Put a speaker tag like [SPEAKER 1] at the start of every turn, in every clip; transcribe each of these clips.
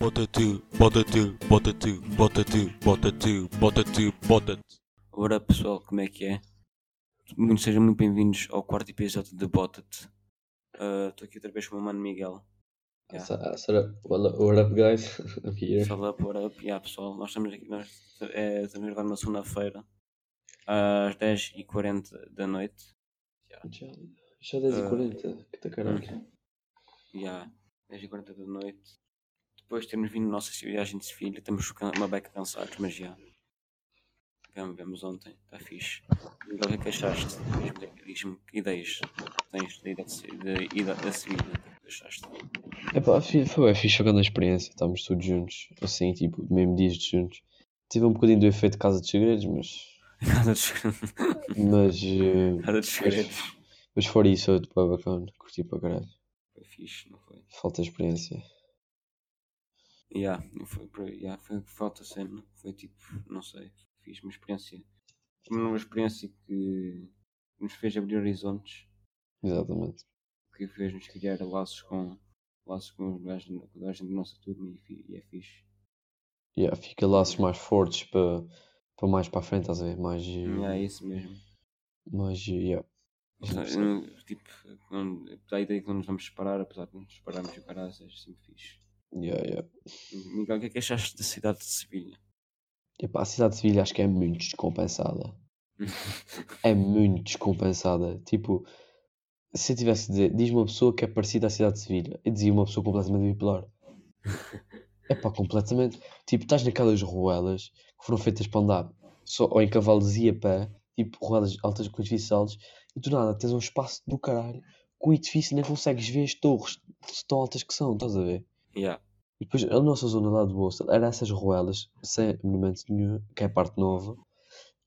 [SPEAKER 1] Bota tu, bota tu, bota tu, bota tu, bota tu, bota tu, bota tu.
[SPEAKER 2] Ora pessoal, como é que é? Muito- sejam muito bem-vindos ao quarto episódio de Bota-te. Estou aqui outra vez com o meu mano Miguel. Yeah.
[SPEAKER 3] So- uh, sort of, well, uh, what up, guys? I'm here.
[SPEAKER 2] Fala por up, yeah, pessoal. Nós estamos aqui, nós é, estamos a gravar numa segunda-feira, às 10h40 da noite.
[SPEAKER 3] Já, já 10
[SPEAKER 2] Ah.
[SPEAKER 3] e 40 que tá caralho.
[SPEAKER 2] hum. Yeah, 10h40 da noite. Depois temos vindo nossas viagem de filha, estamos can- uma beca cansados, mas já. Vemos, vemos ontem, está fixe. Miguel, o que é que achaste? Diz-me- Diz-me que ideias tens de ir a, Se- de ir a- a Sevilha. O que achaste?
[SPEAKER 3] Epá, fi- foi bem fixe jogando a experiência, estávamos todos juntos, assim, tipo, mesmo dias de juntos. Tive um bocadinho do efeito Casa dos Segredos, mas.
[SPEAKER 2] Nada de segredo-
[SPEAKER 3] Mas, eh,
[SPEAKER 2] nada de segredos.
[SPEAKER 3] mas fora isso, eu, tipo, é bacana, curti para caralho.
[SPEAKER 2] Foi fixe, não foi?
[SPEAKER 3] Falta experiência.
[SPEAKER 2] Yeah, não foi, por aí, yeah, foi falta cena. Foi tipo, não sei, fiz uma experiência. Uma experiência que nos fez abrir horizontes,
[SPEAKER 3] Exatamente.
[SPEAKER 2] que fez-nos criar laços com laços com os gajos da- com o gajo da nossa turma e, fi- e é fixe.
[SPEAKER 3] Yeah, fica laços mais fortes para para mais para a frente, estás a ver? Mais. eh,
[SPEAKER 2] Yeah, é isso mesmo.
[SPEAKER 3] Mais. eh, Yeah.
[SPEAKER 2] Eu não- Tipo, não- a ideia que não nos vamos separar, apesar de não nos separarmos e o caralho, seja sempre fixe.
[SPEAKER 3] Yeah, yeah.
[SPEAKER 2] Miguel, o que é que achaste da cidade de Sevilha?
[SPEAKER 3] Epá, a cidade de Sevilha acho que é muito descompensada. É muito descompensada. Tipo, se eu tivesse de dizer, diz uma pessoa que é parecida à cidade de Sevilha, eu dizia uma pessoa completamente bipolar. Epá, completamente. Tipo, estás naquelas ruelas que foram feitas para andar só, ou em cavalos e a pé, tipo, ruelas altas com edifícios altos, e do nada tens um espaço do caralho com edifício e nem consegues ver as torres tão altas que são, estás a ver?
[SPEAKER 2] yeah,
[SPEAKER 3] E depois a nossa zona lá do Bolsa era essas ruelas, sem monumento nenhum, que é a parte nova,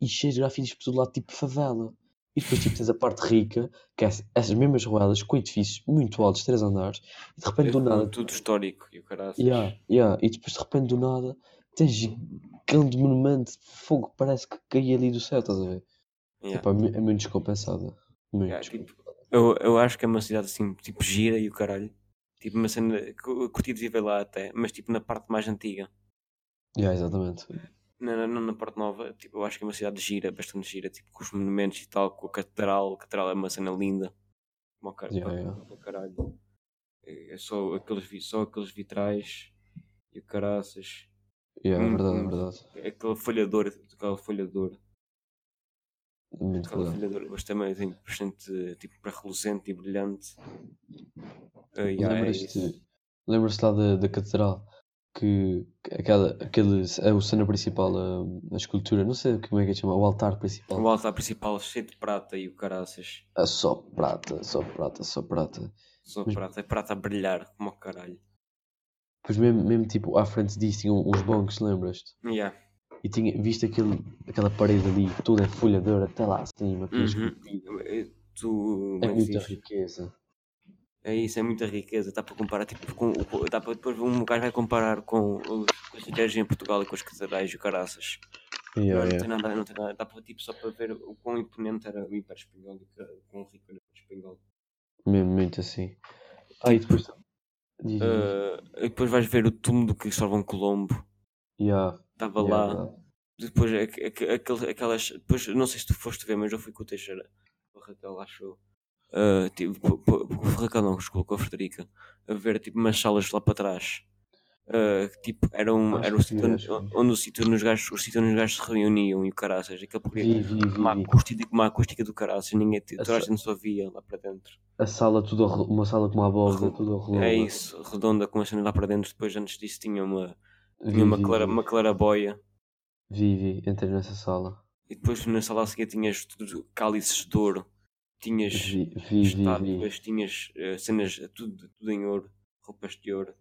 [SPEAKER 3] e cheias de grafites por todo lado, tipo favela. E depois tipo, tens a parte rica, que é ess- essas mesmas ruelas, com edifícios muito altos, três andares, e de repente do nada.
[SPEAKER 2] tudo histórico e o caralho.
[SPEAKER 3] Yeah, yeah, e depois de repente do nada tens grande monumento de fogo, parece que caía ali do céu, estás a ver?
[SPEAKER 2] Yeah.
[SPEAKER 3] Epá, é mu- é muito descompensada. Muito
[SPEAKER 2] Yeah,
[SPEAKER 3] descompensada.
[SPEAKER 2] tipo, eu, eu acho que é uma cidade assim, tipo, gira e o caralho. Tipo, uma cena. que Eu curti de viver lá até, mas tipo na parte mais antiga.
[SPEAKER 3] Yeah, exatamente.
[SPEAKER 2] Não, não, não na parte nova. Tipo, eu acho que é uma cidade gira, bastante gira, tipo, com os monumentos e tal, com a catedral. A catedral é uma cena linda. Como ao car-
[SPEAKER 3] Yeah,
[SPEAKER 2] para-
[SPEAKER 3] yeah.
[SPEAKER 2] para o caralho. É é só aqueles, vi- só aqueles vitrais e o caraças.
[SPEAKER 3] Yeah, é
[SPEAKER 2] Muito,
[SPEAKER 3] verdade, é
[SPEAKER 2] muito.
[SPEAKER 3] verdade.
[SPEAKER 2] Aquele folhador, aquele folhador.
[SPEAKER 3] Muito
[SPEAKER 2] Aquela
[SPEAKER 3] verdade.
[SPEAKER 2] folhadora, mas também tem bastante tipo para reluzente e brilhante. Ah, yeah, é isso.
[SPEAKER 3] Lembras-te lembras-te lá da, da catedral que que aquela, aquele é o cena principal, a, a escultura, não sei como é que é chama, o altar principal.
[SPEAKER 2] O altar principal é cheio de prata e o caraças.
[SPEAKER 3] É só prata, só prata, só prata.
[SPEAKER 2] Só
[SPEAKER 3] Mas-
[SPEAKER 2] prata, é prata a brilhar como o caralho.
[SPEAKER 3] Pois mesmo, mesmo tipo à frente disso tinham uns bancos, lembras-te?
[SPEAKER 2] Yeah.
[SPEAKER 3] E tinha visto aquele, aquela parede ali, toda em folhador até lá acima, aquela
[SPEAKER 2] Uhum.
[SPEAKER 3] escultura.
[SPEAKER 2] É- Tu,
[SPEAKER 3] É
[SPEAKER 2] como é, que se
[SPEAKER 3] muita
[SPEAKER 2] diz?
[SPEAKER 3] riqueza.
[SPEAKER 2] é isso, é muita riqueza. Dá para comparar, tipo, com, com- dá para depois um gajo vai comparar com os com os cemitérios em Portugal e com os catedrais e o caraças.
[SPEAKER 3] Yeah,
[SPEAKER 2] não,
[SPEAKER 3] yeah.
[SPEAKER 2] tem nada, não tem nada. Dá para, tipo, só para ver o quão imponente era o Império Espanhol e o quão rico era o espanhol.
[SPEAKER 3] Mesmo muito assim. Ah, e depois. Diz, diz.
[SPEAKER 2] Ah, e depois vais ver o túmulo do Cristóvão Colombo.
[SPEAKER 3] Yeah,
[SPEAKER 2] Estava
[SPEAKER 3] yeah,
[SPEAKER 2] lá.
[SPEAKER 3] verdade.
[SPEAKER 2] Depois é aqu- aqu- aquele- aquelas. Depois, não sei se tu foste ver, mas eu fui com o Teixeira. Com a Raquel, acho eu. Ah, tipo, com- com- com a Raquel não, desculpa, com a Frederica. A ver tipo umas salas lá para trás. Ah, que, tipo, era, um,
[SPEAKER 3] Acho
[SPEAKER 2] era o
[SPEAKER 3] que
[SPEAKER 2] sítio
[SPEAKER 3] vi,
[SPEAKER 2] onde,
[SPEAKER 3] acho que vi.
[SPEAKER 2] onde o sítio onde os gajos, o sítio onde os gajos se reuniam e o caraças. Aquele
[SPEAKER 3] Vi,
[SPEAKER 2] porque
[SPEAKER 3] vi, vi,
[SPEAKER 2] uma
[SPEAKER 3] vi.
[SPEAKER 2] acústica, uma acústica do caraças. Ninguém,
[SPEAKER 3] A
[SPEAKER 2] toda a
[SPEAKER 3] sa-
[SPEAKER 2] gente só via lá para dentro.
[SPEAKER 3] A sala, tudo ao re- uma sala com uma abóbora, tudo ao redor.
[SPEAKER 2] É isso, redonda com a cena lá para dentro. Depois, antes disso, tinha uma,
[SPEAKER 3] Vi,
[SPEAKER 2] tinha uma,
[SPEAKER 3] vi,
[SPEAKER 2] clara,
[SPEAKER 3] vi.
[SPEAKER 2] uma clarabóia.
[SPEAKER 3] Vi, vi, entrei nessa sala.
[SPEAKER 2] E depois na sala a seguir tinhas tudo- cálices de ouro, tinhas
[SPEAKER 3] Vi, vi, vi, vi.
[SPEAKER 2] estátuas, tinhas eh, cenas, eh, tudo, tudo em ouro, roupas de ouro.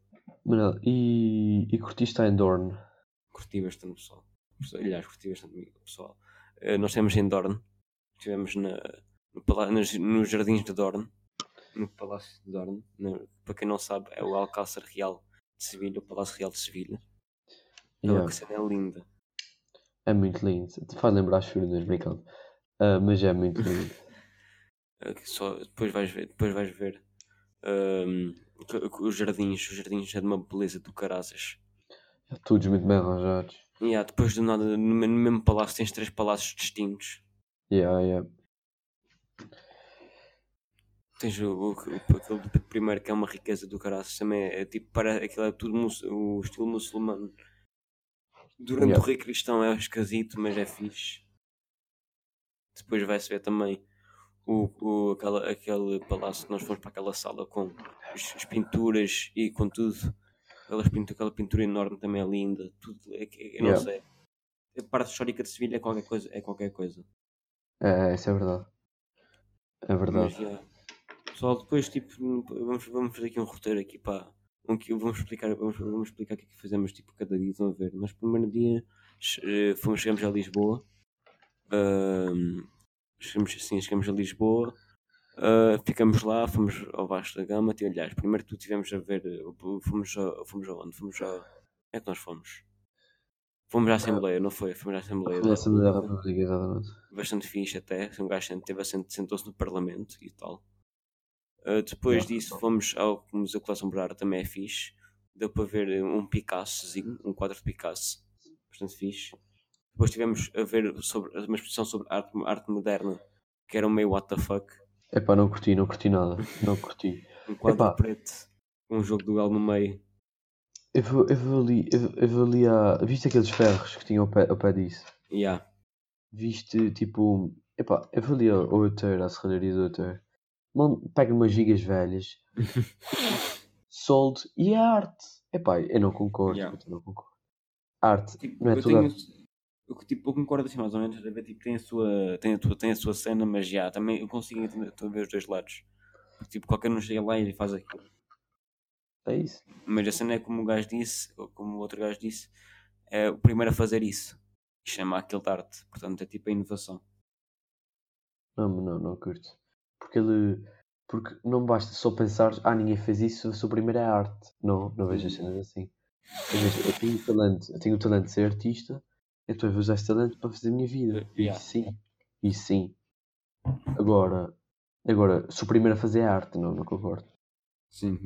[SPEAKER 3] Manuel, e, e curtiste a Endorn?
[SPEAKER 2] Curti bastante pessoal. Aliás, curti bastante comigo, pessoal. Eh, nós estivemos em Dorne, estivemos na, no, pala- nas- nos jardins de Dorne, no Palácio de Dorne. na- para quem não sabe, é o Alcácer Real de Sevilha, o Palácio Real de Sevilha. Aquela
[SPEAKER 3] Yeah,
[SPEAKER 2] que cena é linda.
[SPEAKER 3] é muito lindo. Te faz lembrar as furinas, brincando. Ah, mas é muito lindo.
[SPEAKER 2] Eh, que só, depois vais ver, hum, depois vais ver. Ahm, que- que os jardins, os jardins é de uma beleza do caraças.
[SPEAKER 3] Todos muito bem arranjados.
[SPEAKER 2] E há, depois do nada, no me- no mesmo palácio tens três palácios distintos.
[SPEAKER 3] Yeah, yeah.
[SPEAKER 2] Tens o, o, o- aquele do primeiro que é uma riqueza do caraças, também é, tipo, para aquilo é tudo mus- o estilo muçulmano. Durante
[SPEAKER 3] Yeah.
[SPEAKER 2] o rei cristão é esquisito, mas é fixe. Depois vai-se ver também o, o, aquela, aquele palácio que nós fomos para aquela sala com as, as pinturas e com tudo. Aquelas pintu- aquela pintura enorme também é linda. Tudo, é, que- eu não
[SPEAKER 3] Yeah.
[SPEAKER 2] sei. A parte histórica de Sevilha é qualquer coisa. É qualquer coisa.
[SPEAKER 3] É, é, isso é verdade. É
[SPEAKER 2] Mas
[SPEAKER 3] verdade.
[SPEAKER 2] já. Pessoal, depois tipo, vamos, vamos fazer aqui um roteiro aqui pá. Um que vamos explicar, vamos, vamos explicar o que é que fazemos tipo cada dia, estão a ver. Mas primeiro dia che- eh, fomos, chegamos a Lisboa. Ahm, chegamos assim, chegamos a Lisboa. ah, ficamos lá, fomos ao Vasco da Gama, ti- aliás, primeiro tu tivemos a ver, eh, o- fomos a, fomos a onde? Fomos a. Onde é que nós fomos? Fomos à Assembleia, não é foi? Fomos à Assembleia.
[SPEAKER 3] Foi a Assembleia da
[SPEAKER 2] República
[SPEAKER 3] República, exatamente.
[SPEAKER 2] bastante fixe até. Um gajo sent- teve assento- sentou-se no Parlamento e tal. Uh, depois
[SPEAKER 3] Yeah.
[SPEAKER 2] disso fomos ao Museu Coleção Brara, também é fixe. Deu para ver uh, um Picassozinho, um quadro de Picasso, bastante fixe. Depois tivemos a ver sobre, uma exposição sobre arte, arte moderna, que era um meio what the fuck.
[SPEAKER 3] Epá, não curti, não curti nada. Não curti.
[SPEAKER 2] Um quadro
[SPEAKER 3] Epá.
[SPEAKER 2] preto, um jogo do L no meio.
[SPEAKER 3] Eu vou, eu vou ali, eu, eu vou ali a... Viste aqueles ferros que tinham ao pé, ao pé disso?
[SPEAKER 2] Yeah.
[SPEAKER 3] Viste, tipo... Epá, eu vou ali ao ao outeiro, à serraria do outeiro. Mano, pega umas gigas velhas. soldo e é arte. Epá, eu não concordo.
[SPEAKER 2] Yeah.
[SPEAKER 3] Eu não concordo. Arte.
[SPEAKER 2] Tipo,
[SPEAKER 3] Não é
[SPEAKER 2] eu
[SPEAKER 3] tudo
[SPEAKER 2] tenho. Eu, tipo, eu concordo assim, mais ou menos, a ver, tipo, tem a sua, tem a, tua- tem a sua cena, mas já, também eu consigo entender estou a ver os dois lados. Porque, tipo, qualquer um chega lá e faz aquilo.
[SPEAKER 3] É isso.
[SPEAKER 2] Mas a cena é como o gajo disse, ou como o outro gajo disse, é o primeiro a fazer isso. E chama aquilo de arte. Portanto, é tipo a inovação.
[SPEAKER 3] Não, mas não, não curto. Porque ele. Porque não basta só pensar, ah, ninguém fez isso, eu sou o primeiro é arte. Não, não vejo as cenas assim. Eu, vejo, eu tenho o talento, eu tenho o talento de ser artista, então eu vou usar esse talento para fazer a minha vida. E
[SPEAKER 2] Yeah.
[SPEAKER 3] sim, e sim. Agora, agora, sou o primeiro a fazer é arte, não, não concordo.
[SPEAKER 2] Sim,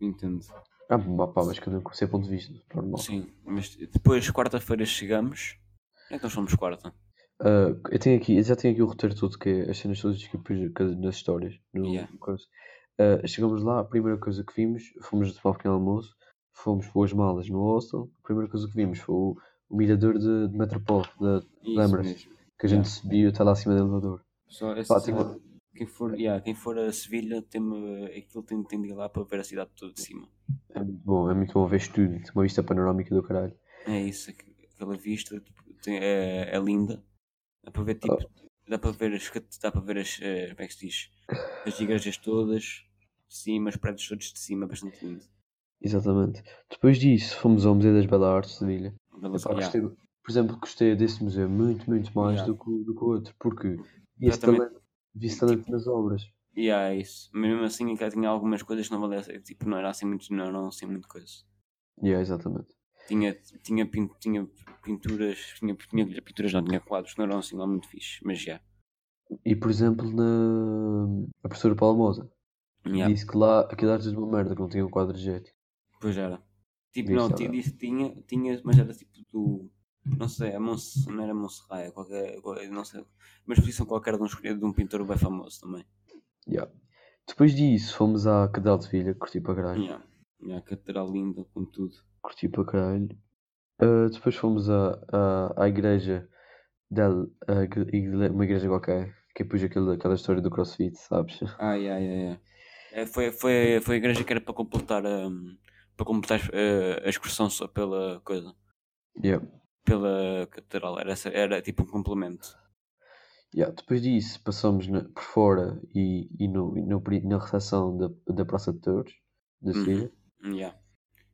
[SPEAKER 2] Entendo.
[SPEAKER 3] Ah, pá, pá, mas cada um com o seu ponto de vista, normal.
[SPEAKER 2] Sim, mas depois, quarta-feira, chegamos. Onde é que nós fomos quarta?
[SPEAKER 3] Ah, eu tenho aqui, eu já tenho aqui o roteiro todo, que é as cenas todas que eu pus ca- nas histórias. No,
[SPEAKER 2] Yeah.
[SPEAKER 3] coisa. Ah, chegamos lá, a primeira coisa que vimos, fomos tomar um pequeno almoço, fomos pôr as malas no hostel, a primeira coisa que vimos foi o, o mirador de, de Metropole, da- Lembras? que a gente subiu até lá acima do elevador.
[SPEAKER 2] Só essa
[SPEAKER 3] Pá,
[SPEAKER 2] cena-
[SPEAKER 3] tipo-
[SPEAKER 2] quem, for, yeah, quem for a Sevilha, tem, eh, aquilo tem, tem de ir lá para ver a cidade toda de cima.
[SPEAKER 3] É muito bom, é muito bom ver tudo, tem uma vista panorâmica do caralho.
[SPEAKER 2] É isso, aqu- aquela vista tipo, tem- é, é linda. Dá para ver tipo. Dá para ver as. cat- Dá para ver as. eh, Como é que se diz? As igrejas todas de cima, os prédios todos de cima, bastante lindo.
[SPEAKER 3] Exatamente. Depois disso, fomos ao Museu das Belas Artes de Sevilha.
[SPEAKER 2] Bela
[SPEAKER 3] Epá,
[SPEAKER 2] yeah,
[SPEAKER 3] gostei- por exemplo, gostei desse museu muito, muito mais
[SPEAKER 2] Yeah.
[SPEAKER 3] do, que, o- do que o outro, porque vi esse
[SPEAKER 2] Exatamente. Tipo
[SPEAKER 3] talento, vi esse talento nas obras.
[SPEAKER 2] yeah, é isso. Mas mesmo assim ainda tinha algumas coisas que não valia tipo, não era assim muito, não eram assim muito coisa.
[SPEAKER 3] Yeah, exatamente.
[SPEAKER 2] Tinha, tinha, pin- tinha pinturas, tinha, tinha pinturas não, tinha quadros que não eram assim lá muito fixe, mas já.
[SPEAKER 3] E por exemplo, na a professora Palmosa
[SPEAKER 2] Yeah.
[SPEAKER 3] disse que lá aquilo era tudo uma merda, que não tinha um quadro jeito.
[SPEAKER 2] Pois era. Tipo,
[SPEAKER 3] Diz
[SPEAKER 2] não,
[SPEAKER 3] ela.
[SPEAKER 2] ti- disse que tinha, tinha, mas era tipo do. Não sei, a Monse, não era Monserrat, é qualquer. qual- Não sei. Uma exposição qualquer de um, escolhido- de um pintor bem famoso também.
[SPEAKER 3] Yeah. Depois disso, fomos à Catedral de Vilha, curti para caralho.
[SPEAKER 2] Yeah. Yeah, a catedral linda, com tudo.
[SPEAKER 3] Curti para caralho. Ah, depois fomos à, à, à igreja, del, à igre- igle- uma igreja qualquer, que é depois aquele, aquela história do crossfit, sabes?
[SPEAKER 2] Ai, ai, ai, ai. É, foi, foi, foi a igreja que era para completar, hum, para completar eh, a excursão só pela coisa.
[SPEAKER 3] Yeah.
[SPEAKER 2] Pela catedral. Era, essa- era tipo um complemento.
[SPEAKER 3] Yeah, Depois disso, passamos na- por fora e, e, no, e no pri- na recepção da, da Praça de Touros, da
[SPEAKER 2] Uhum.
[SPEAKER 3] Sevilha.
[SPEAKER 2] Yeah.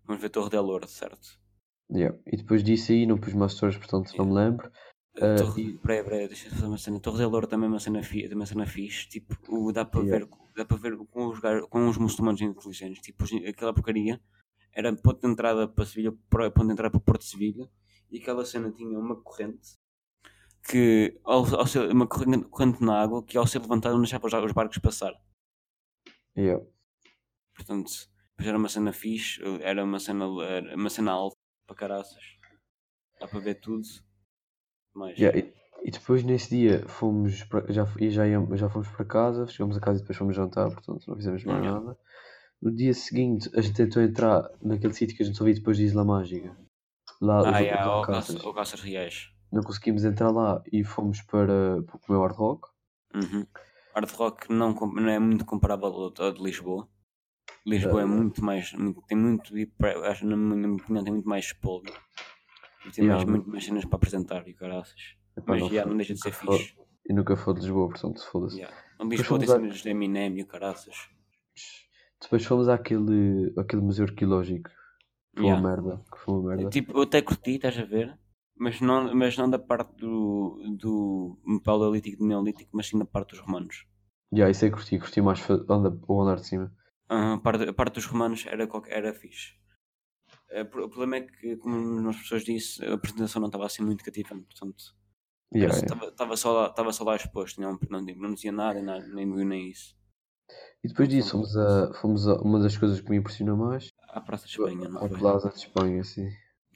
[SPEAKER 2] Vamos ver a Torre da Lourdes, certo?
[SPEAKER 3] Yeah. E depois disso aí, não pus mais histórias, portanto não me lembro.
[SPEAKER 2] A
[SPEAKER 3] Ah,
[SPEAKER 2] Torre,
[SPEAKER 3] e-
[SPEAKER 2] peraí, peraí, deixa eu fazer uma cena. A Torre da Loura também é uma cena, fi, também é uma cena fixe. Tipo, o, dá para
[SPEAKER 3] Yeah.
[SPEAKER 2] ver, dá para ver com, os, gar- com os muçulmanos inteligentes. Tipo, os- aquela porcaria era ponto de entrada para Sevilha, para- ponto de entrada para Porto de Sevilha. E aquela cena tinha uma corrente que, ao, ao ser, uma corrente, corrente na água que ao ser levantada não deixava os, os barcos passar.
[SPEAKER 3] Yeah.
[SPEAKER 2] Portanto, mas era uma cena fixe, era uma cena, era uma cena alta. para caraças. Dá para ver tudo. Mas
[SPEAKER 3] Yeah, e, e depois nesse dia fomos pra- já, f- e já, íamos- já fomos para casa, chegamos a casa e depois fomos jantar, portanto não fizemos mais
[SPEAKER 2] Yeah.
[SPEAKER 3] nada. No dia seguinte a gente tentou entrar naquele sítio que a gente só viu depois de Isla Mágica. Lá os
[SPEAKER 2] ah,
[SPEAKER 3] outros
[SPEAKER 2] yeah, o,
[SPEAKER 3] alcaças.
[SPEAKER 2] caça, o caças reais.
[SPEAKER 3] Não conseguimos entrar lá e fomos para, para comer o Hard Rock.
[SPEAKER 2] Uhum. Hard Rock não, com- não é muito comparável ao- ao de Lisboa. Lisboa é
[SPEAKER 3] Ah.
[SPEAKER 2] muito mais. muito- tem muito. e pra- Acho, na minha opinião, tem muito mais polvo. E tem
[SPEAKER 3] Yeah.
[SPEAKER 2] mais, muito mais cenas para apresentar e caraças.
[SPEAKER 3] Epá,
[SPEAKER 2] Mas
[SPEAKER 3] não Ah,
[SPEAKER 2] yeah,
[SPEAKER 3] fui-
[SPEAKER 2] não deixa de ser
[SPEAKER 3] nunca fui-
[SPEAKER 2] fixe.
[SPEAKER 3] E nunca foi de Lisboa, portanto foda-se.
[SPEAKER 2] Yeah. Não Lisboa tem
[SPEAKER 3] fomos a-
[SPEAKER 2] cenas de Eminem e o caraças.
[SPEAKER 3] Depois fomos àquele, àquele museu arqueológico. que Foi
[SPEAKER 2] Yeah.
[SPEAKER 3] uma merda. Que foi uma merda.
[SPEAKER 2] Tipo, eu até curti, estás a ver? Mas não, mas não da parte do, do paleolítico do neolítico, mas sim da parte dos romanos.
[SPEAKER 3] Yeah, isso aí curti, curti mais fa- anda- o andar de cima.
[SPEAKER 2] Ah, a, parte, a parte dos romanos era, qualquer- era fixe. Eh, pro- O problema é que, como as pessoas disse, a apresentação não estava assim muito cativante, portanto,
[SPEAKER 3] Yeah, yeah.
[SPEAKER 2] estava só, lá- estava só lá exposto, não, não, não dizia nada, nada, nem viu nem isso. tá
[SPEAKER 3] E depois disso
[SPEAKER 2] Fomos-
[SPEAKER 3] fomos a, fomos a uma das coisas que me impressionou mais.
[SPEAKER 2] À Praça de Espanha, não
[SPEAKER 3] a
[SPEAKER 2] foi?
[SPEAKER 3] Plaza de Espanha, sim.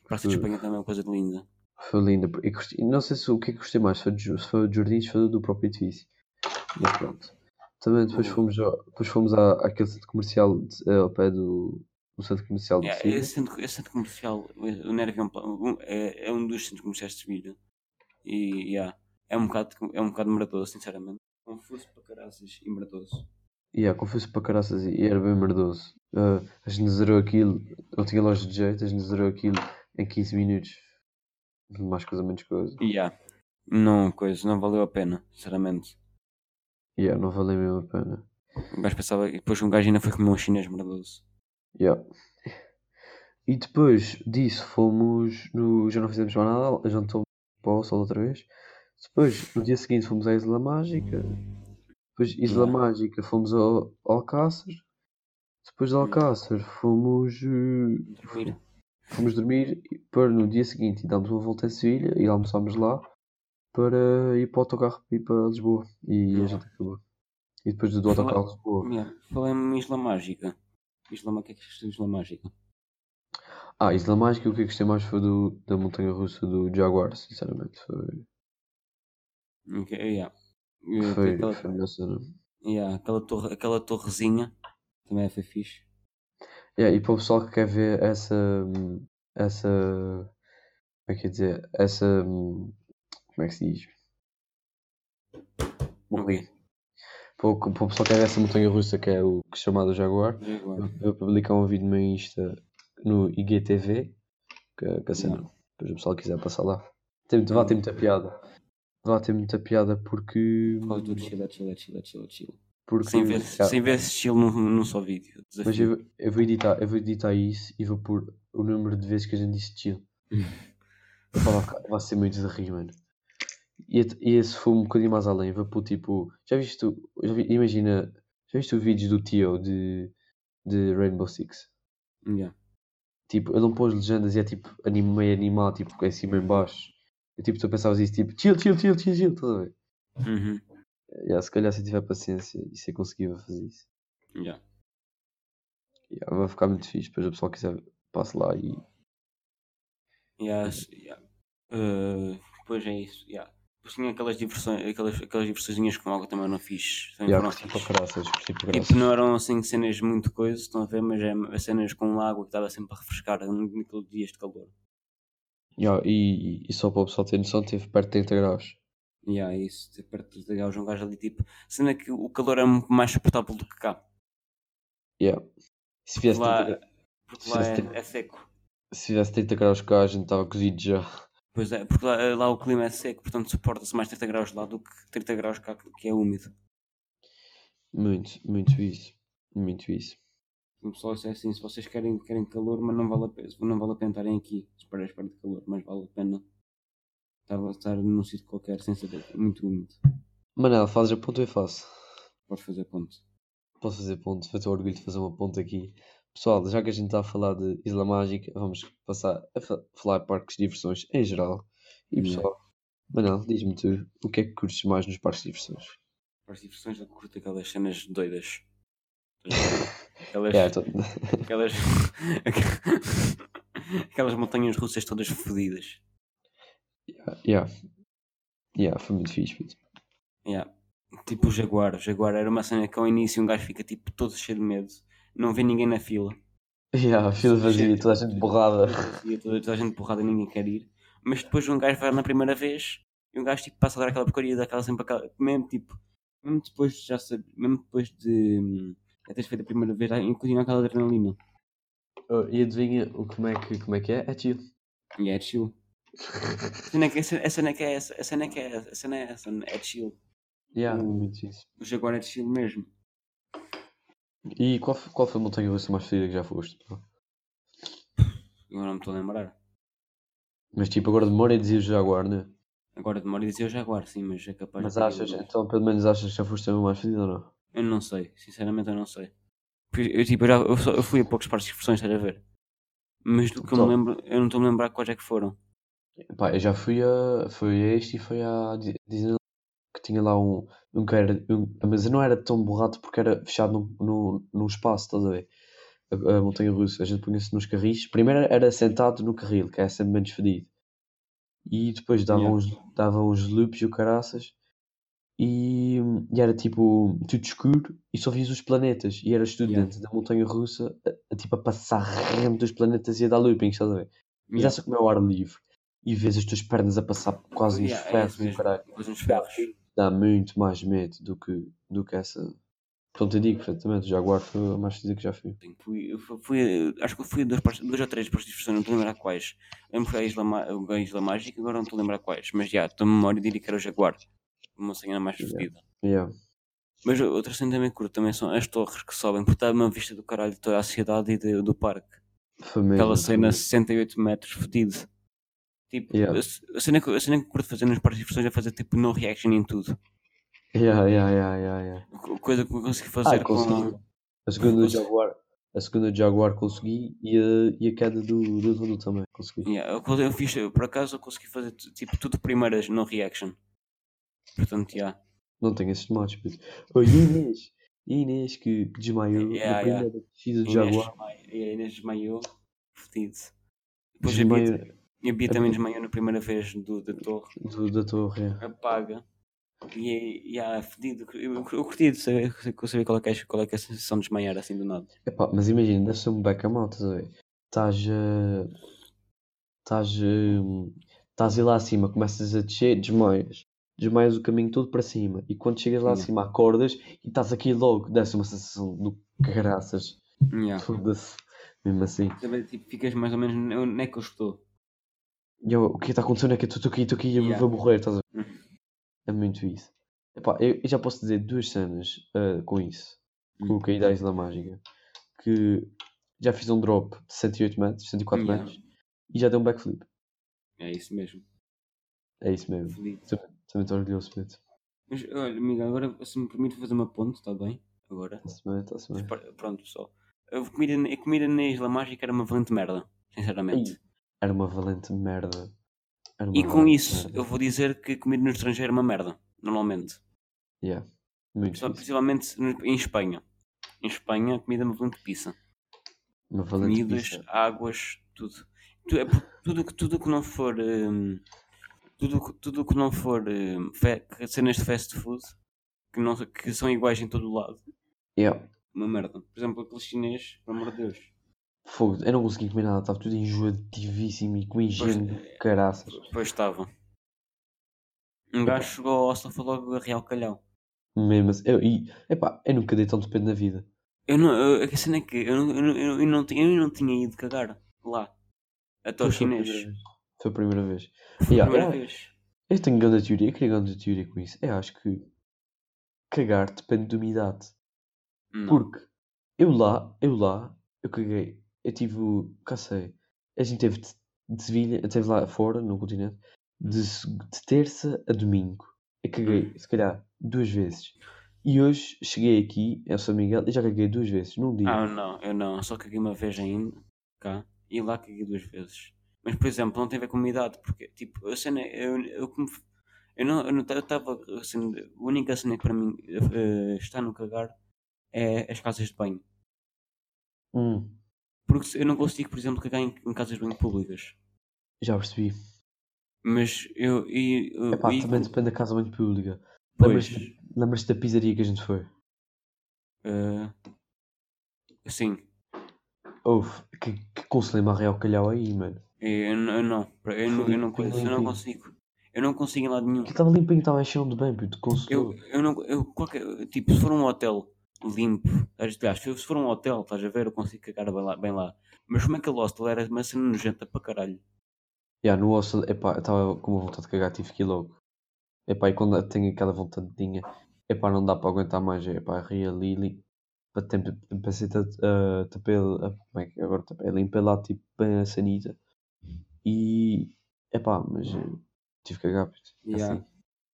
[SPEAKER 2] A Praça de Espanha também é uma coisa de linda.
[SPEAKER 3] Foi linda. E curti- não sei se o que é que gostei mais, se foi, de- se foi de jardins, se foi do próprio edifício. Mas pronto. Também depois
[SPEAKER 2] Uhum.
[SPEAKER 3] fomos, ao- depois fomos à, àquele centro comercial de- eh, ao pé do, do centro comercial de
[SPEAKER 2] Yeah,
[SPEAKER 3] Sevilha.
[SPEAKER 2] esse, centro, esse centro comercial, o Nervi é um, pla- um- é, é um dos centros comerciais de Sevilha. E yeah, é, um bocado, é um bocado maradoso, sinceramente. Confuso para caraças e maradoso.
[SPEAKER 3] E yeah, confesso para caraças e era bem merdoso. Ah, a gente zerou aquilo, eu tinha loja de jeito, a gente zerou aquilo em 15 minutos. Mais coisa, menos coisa.
[SPEAKER 2] Yeah. Não, coisa, não valeu a pena, sinceramente.
[SPEAKER 3] Yeah, não valeu mesmo a pena.
[SPEAKER 2] O gajo pensava. E depois um gajo ainda foi comer um chinês maravilhoso.
[SPEAKER 3] Yeah. E depois disso fomos no. Já não fizemos mais nada, jantou para o sol outra vez. Depois, no dia seguinte, fomos à Isla Mágica. Depois, Isla
[SPEAKER 2] Yeah.
[SPEAKER 3] Mágica, fomos ao ao Alcácer. Depois de Alcácer, fomos. eh,
[SPEAKER 2] Dormir.
[SPEAKER 3] Fomos dormir e para no dia seguinte e damos uma volta em Sevilha e almoçámos lá para ir para o autocarro e ir para Lisboa. E a gente acabou. E depois do
[SPEAKER 2] Fala-
[SPEAKER 3] autocarro a Lisboa.
[SPEAKER 2] Yeah. Falei-me em Isla Mágica. Isla, o que é que é Isla Mágica?
[SPEAKER 3] Ah, Isla Mágica, o que eu gostei mais foi do, da montanha russa do Jaguar, sinceramente. Foi,
[SPEAKER 2] Ok, yeah. Eh,
[SPEAKER 3] foi,
[SPEAKER 2] aquela,
[SPEAKER 3] foi a melhor cena.
[SPEAKER 2] yeah, aquela, torre, aquela torrezinha também foi fixe.
[SPEAKER 3] Yeah, e para o pessoal que quer ver essa. hum, Essa. Como é que é dizer? Essa. hum, Como é que se diz? Morri. Para o, para o pessoal que quer ver essa montanha russa que é o que se chama do Jaguar.
[SPEAKER 2] Jaguar.
[SPEAKER 3] Eu eu publicar um vídeo no meu Insta no IGTV que, que assim, depois o pessoal quiser passar lá. Tem, vai ter muita piada. Vai ter muita piada porque.
[SPEAKER 2] Qual é do Chile, Chile, Chile, Chile, Chile.
[SPEAKER 3] porque
[SPEAKER 2] Sem ver,
[SPEAKER 3] Ah,
[SPEAKER 2] sem ver esse estilo num, num só vídeo.
[SPEAKER 3] mas
[SPEAKER 2] Desafio.
[SPEAKER 3] eu, eu vou editar, eu vou editar isso e vou pôr o número de vezes que a gente disse chill. Epá, vai ficar- vai ser muito de rir, mano. E, et- e esse foi um bocadinho mais além. Vou pôr tipo. Já viste o- já vi- imagina. Já viste o vídeo do Tio de, de Rainbow Six?
[SPEAKER 2] Yeah.
[SPEAKER 3] Tipo, eu não pôs legendas e é tipo anime, meio animal, tipo em cima e em baixo. Eu tipo, tu pensavas isso, tipo, chill, chill, chill, chill, tá chill, estás a ver?
[SPEAKER 2] Uhum.
[SPEAKER 3] Yeah, ah, se calhar se eu tiver paciência e se eu conseguir vou fazer isso.
[SPEAKER 2] Yeah.
[SPEAKER 3] Yeah, vai ficar muito fixe, depois o pessoal quiser passe lá e.
[SPEAKER 2] Yeah, s- yeah. Eh, pois é isso. Yeah. Depois tinha aquelas diversões, aquelas, aquelas diversõezinhas com água também não fiz. Também
[SPEAKER 3] Yeah,
[SPEAKER 2] foram
[SPEAKER 3] curti para
[SPEAKER 2] fixe.
[SPEAKER 3] caraças, curti para
[SPEAKER 2] Tipo,
[SPEAKER 3] caraças.
[SPEAKER 2] não eram assim cenas muito coisas, estão a ver, mas é cenas com água que estava sempre a refrescar naqueles dias de calor.
[SPEAKER 3] Yeah, e, e- e só para o pessoal ter noção, teve perto de 30 graus.
[SPEAKER 2] E yeah, é isso, de perto de gajo, um gajo ali tipo, sendo que o calor é muito mais suportável do que cá.
[SPEAKER 3] Yeah. Se
[SPEAKER 2] Porque
[SPEAKER 3] tivesse,
[SPEAKER 2] lá,
[SPEAKER 3] 30,
[SPEAKER 2] porque lá é, é seco.
[SPEAKER 3] se tivesse 30 graus cá, a gente estava cozido já.
[SPEAKER 2] Pois é, porque lá, lá o clima é seco, portanto suporta-se mais 30 graus lá do que 30 graus cá, que é úmido.
[SPEAKER 3] Muito, muito isso. Muito isso.
[SPEAKER 2] O pessoal é assim, se vocês querem, querem calor, mas não vale a pena, não vale a pena estarem aqui, se parem perto de calor, mas vale a pena estar, estar num sítio qualquer sem saber, muito úmido.
[SPEAKER 3] Manel, fazes a ponta ou eu faço?
[SPEAKER 2] Podes fazer ponto.
[SPEAKER 3] Posso fazer ponto? Foi teu orgulho de fazer uma ponta aqui. Pessoal, já que a gente está a falar de Isla Mágica, vamos passar a fa- falar de parques de diversões em geral. E
[SPEAKER 2] Yeah.
[SPEAKER 3] pessoal, Manel, diz-me tu, o que é que curtes mais nos parques de diversões?
[SPEAKER 2] Para as diversões eu curto aquelas cenas doidas. Aquelas.
[SPEAKER 3] É, tô-
[SPEAKER 2] Aquelas. Aquelas montanhas russas todas fodidas.
[SPEAKER 3] Yeah. Yeah, foi muito fixe, puto.
[SPEAKER 2] Yeah. Tipo o Jaguar. O Jaguar era uma cena que ao início um gajo fica tipo todo cheio de medo. Não vê ninguém na fila.
[SPEAKER 3] Yeah, Ah, a fila vazia, toda a gente borrada.
[SPEAKER 2] E toda, toda a gente porrada e ninguém quer ir. Mas depois um gajo vai na primeira vez e um gajo tipo, passa a dar aquela porcaria daquela sempre aquela. Mesmo tipo. Mesmo depois de já saber. Mesmo depois de. hum, Já teres feito a primeira vez, ainda continua aquela adrenalina.
[SPEAKER 3] Oh, e adivinha o, como, é que, como é que é? É tio.
[SPEAKER 2] E é chill. A cena é que- a cena é que é essa. A cena é que é essa. A cena é essa. É chill.
[SPEAKER 3] Yeah,
[SPEAKER 2] Hum.
[SPEAKER 3] muito fixe.
[SPEAKER 2] O Jaguar é chill mesmo.
[SPEAKER 3] E qual, f- qual foi a montanha russa mais fodida que já foste? pá?
[SPEAKER 2] Agora não me estou a lembrar.
[SPEAKER 3] Mas tipo, agora demora e dizia o Jaguar, né?
[SPEAKER 2] Agora demora a dizer o Jaguar, sim, mas é capaz
[SPEAKER 3] Mas
[SPEAKER 2] de ter
[SPEAKER 3] achas,
[SPEAKER 2] ido.
[SPEAKER 3] então pelo menos achas que já foste a mais fodida ou não?
[SPEAKER 2] Eu não sei, sinceramente eu não sei. Porque Eu, tipo, eu, já, eu, só- eu fui a poucos partes de expressões, estás a ver? Mas do que eu
[SPEAKER 3] Então.
[SPEAKER 2] me lembro, eu não estou a me lembrar quais é que foram.
[SPEAKER 3] Pá, eu já fui a. Foi a este e foi a Di- Disneyland que tinha lá um. um que era, um- mas não era tão borrado porque era fechado num, num, num espaço, estás a ver? A, a montanha russa, a gente punha-se nos carris. Primeiro era sentado no carril, que é sempre menos fedido. E depois dava,
[SPEAKER 2] Yeah.
[SPEAKER 3] uns, dava uns loops e o caraças. E, e era tipo tudo escuro e só vias os planetas. E eras tudo
[SPEAKER 2] Yeah.
[SPEAKER 3] dentro da montanha russa, a, a, tipo a passar remo dos planetas e a dar looping, estás a ver? Mas
[SPEAKER 2] Yeah.
[SPEAKER 3] essa como é o ar livre e vês as tuas pernas a passar quase nos
[SPEAKER 2] Yeah, é
[SPEAKER 3] ferros
[SPEAKER 2] isso
[SPEAKER 3] e o
[SPEAKER 2] mesmo.
[SPEAKER 3] caralho,
[SPEAKER 2] Depois uns ferros.
[SPEAKER 3] dá muito mais medo do que, do que essa. Portanto, eu digo perfeitamente, o Jaguar foi a mais fodida que já fui.
[SPEAKER 2] Sim, Fui, eu fu- fui, acho que eu fui a duas, partes- duas ou três partes de expressões, não estou a lembrar quais. Lembro que foi a Isla, Ma- a Isla Mágica, agora não estou a lembrar quais. Mas já, estou a memória de ir que era o Jaguar. Uma cena mais
[SPEAKER 3] Yeah.
[SPEAKER 2] fedida.
[SPEAKER 3] Yeah.
[SPEAKER 2] Mas outra cena também curto também são as torres que sobem, porque está uma vista do caralho de toda a cidade e de- do parque.
[SPEAKER 3] Foi mesmo.
[SPEAKER 2] Aquela
[SPEAKER 3] foi
[SPEAKER 2] cena
[SPEAKER 3] mesmo.
[SPEAKER 2] 68 metros fedido. Tipo,
[SPEAKER 3] Yeah.
[SPEAKER 2] a c- a, cena que, a cena que eu curto fazer nas partes de versões é fazer tipo no reaction em tudo. assim.
[SPEAKER 3] Yeah, yeah, yeah, yeah, yeah.
[SPEAKER 2] Co- Coisa que eu consegui fazer
[SPEAKER 3] Ah, consegui.
[SPEAKER 2] com.
[SPEAKER 3] A segunda do
[SPEAKER 2] Consegui.
[SPEAKER 3] Jaguar. A segunda do Jaguar consegui e a, e a queda do, do Dono também consegui.
[SPEAKER 2] Yeah, eu, co- eu fiz, eu, por acaso eu consegui fazer t- tipo tudo primeiras no reaction. Portanto, yeah.
[SPEAKER 3] Não tenho esses tomates, puto. Oh, e a Inês? E a Inês que
[SPEAKER 2] Yeah,
[SPEAKER 3] desmaiou
[SPEAKER 2] yeah.
[SPEAKER 3] na primeira descida do
[SPEAKER 2] Inês
[SPEAKER 3] Jaguar.
[SPEAKER 2] desmai- e a Inês desmaiou, fedido. Depois a Bia,
[SPEAKER 3] Desmaiou
[SPEAKER 2] a Bia
[SPEAKER 3] a
[SPEAKER 2] também
[SPEAKER 3] Bia-
[SPEAKER 2] desmaiou na primeira vez do, da torre.
[SPEAKER 3] do- da torre. yeah.
[SPEAKER 2] apaga e, e há fedido. Eu, eu, eu curti de saber, de saber qual, é que é, qual é que é a sensação de desmaiar assim do nada.
[SPEAKER 3] Epá, mas imagina, deve ser um beca mal, estás a ver? Estás a. Estás a. Estás a ir lá acima, começas a descer, desmaias. Desmaias o caminho todo para cima. E quando chegas lá
[SPEAKER 2] Yeah.
[SPEAKER 3] acima, acordas e estás aqui logo. Deve ser uma sensação do caraças. Foda-se. Mesmo assim.
[SPEAKER 2] Também tipo, ficas mais ou menos no- onde é que eu estou.
[SPEAKER 3] E eu, o que está acontecendo é que eu estou aqui, estou aqui e eu
[SPEAKER 2] Yeah.
[SPEAKER 3] vou morrer, estás a ver?
[SPEAKER 2] Uhum.
[SPEAKER 3] É muito isso. Epá, eu, eu já posso dizer duas cenas ah, com isso. Com o
[SPEAKER 2] Hum.
[SPEAKER 3] cair da Isla Mágica. Que já fiz um drop de 108 metros, 104
[SPEAKER 2] Yeah.
[SPEAKER 3] metros. E já deu um backflip.
[SPEAKER 2] É isso mesmo.
[SPEAKER 3] É isso mesmo.
[SPEAKER 2] Fedido.
[SPEAKER 3] Também estou orgulhoso, Pedro.
[SPEAKER 2] Mas olha, amiga, agora se me permite fazer uma ponte, está bem? Agora.
[SPEAKER 3] Está-se bem, está-se
[SPEAKER 2] Mas
[SPEAKER 3] bem.
[SPEAKER 2] par- Pronto, pessoal. A comida, a comida na Isla Mágica era uma valente merda, sinceramente.
[SPEAKER 3] Ei, Era uma valente merda. Era uma
[SPEAKER 2] E com
[SPEAKER 3] valente
[SPEAKER 2] isso,
[SPEAKER 3] merda.
[SPEAKER 2] eu vou dizer que a comida no estrangeiro é uma merda, normalmente.
[SPEAKER 3] Yeah. Muito
[SPEAKER 2] Só,
[SPEAKER 3] difícil.
[SPEAKER 2] principalmente no- em Espanha. Em Espanha, a comida é uma valente pizza.
[SPEAKER 3] Uma valente
[SPEAKER 2] comidas,
[SPEAKER 3] pizza.
[SPEAKER 2] águas, tudo. Tu- é por- Tudo que tudo que não for hum, tudo que- tudo que não for hum, fe- que- cenas de fast food que não que são iguais em todo o lado,
[SPEAKER 3] Yeah.
[SPEAKER 2] uma merda. Por exemplo, aquele chinês, pelo amor de Deus.
[SPEAKER 3] Fogo. Eu não consegui comer nada. Estava tudo enjoativíssimo e com higiene
[SPEAKER 2] eh,
[SPEAKER 3] de caraças.
[SPEAKER 2] Pois estava. Um gajo chegou ao hostel e foi logo a real calhau.
[SPEAKER 3] Mesmo assim. Eu, e, epá, eu nunca dei tanto peso na vida.
[SPEAKER 2] Eu não, eu, a cena é que eu, não- eu, não- eu, não- eu não tinha, eu não tinha ido cagar lá. Até ao
[SPEAKER 3] Mas foi a
[SPEAKER 2] Então, chinês.
[SPEAKER 3] primeira vez. Foi a primeira vez.
[SPEAKER 2] Foi a
[SPEAKER 3] Yeah,
[SPEAKER 2] primeira
[SPEAKER 3] yeah.
[SPEAKER 2] vez.
[SPEAKER 3] Eu tenho grande teoria, eu queria grande teoria com isso. Eu acho que cagar depende da umidade.
[SPEAKER 2] Não.
[SPEAKER 3] Porque eu lá, eu lá, eu caguei. Eu tive, o- cá sei, a gente teve de, de Sevilha, teve lá fora, no continente, de, se- de terça a domingo. Eu caguei,
[SPEAKER 2] Hum.
[SPEAKER 3] se calhar, duas vezes. E hoje cheguei aqui, eu sou Miguel, e já caguei duas vezes, num dia.
[SPEAKER 2] Ah, não, eu não. Só caguei uma vez ainda, cá, e lá caguei duas vezes. Mas, por exemplo, não tem a ver com a idade, porque, tipo, a cena, eu, eu como. Eu não, eu não estava. Assim, a única cena que para mim eh, está no cagar é as casas de banho.
[SPEAKER 3] Hum.
[SPEAKER 2] Porque se- eu não consigo, por exemplo, cagar em, em casas bem públicas.
[SPEAKER 3] Já percebi.
[SPEAKER 2] Mas eu. E, eu
[SPEAKER 3] Epá,
[SPEAKER 2] e-
[SPEAKER 3] também depende da casa muito pública.
[SPEAKER 2] Pois.
[SPEAKER 3] Lembras-te lembras-te da pizzaria que a gente foi?
[SPEAKER 2] eh, sim.
[SPEAKER 3] Ouve, que, que conselho real calhau aí, mano.
[SPEAKER 2] Eu, eu não- eu não. Eu, não- eu, não,
[SPEAKER 3] Foi
[SPEAKER 2] conheço, eu não
[SPEAKER 3] limpinho.
[SPEAKER 2] consigo. Eu não consigo em lado nenhum.
[SPEAKER 3] Que estava limpinho, estava enchendo de bem, puto.
[SPEAKER 2] Eu,
[SPEAKER 3] Conselho.
[SPEAKER 2] eu não. Eu, qualquer, tipo, se for um hotel limpo. Aliás, se for um hotel, estás a ver, eu consigo cagar bem lá. Bem lá. Mas como é que a hostel era uma cena nojenta para caralho?
[SPEAKER 3] Yeah, no hostel, epá, eu estava com uma vontade de cagar, tive que ir logo. Epá, e quando eu tenho aquela vontadinha, epá, não dá para aguentar mais, é, epá, ria ali, li, para tempo, pensei, uh, tapei, ah, como é que agora tapei, limpei lá, tipo, bem a sanita. E, epá, mas eh, tive que cagar, puto.
[SPEAKER 2] Yeah.
[SPEAKER 3] Assim,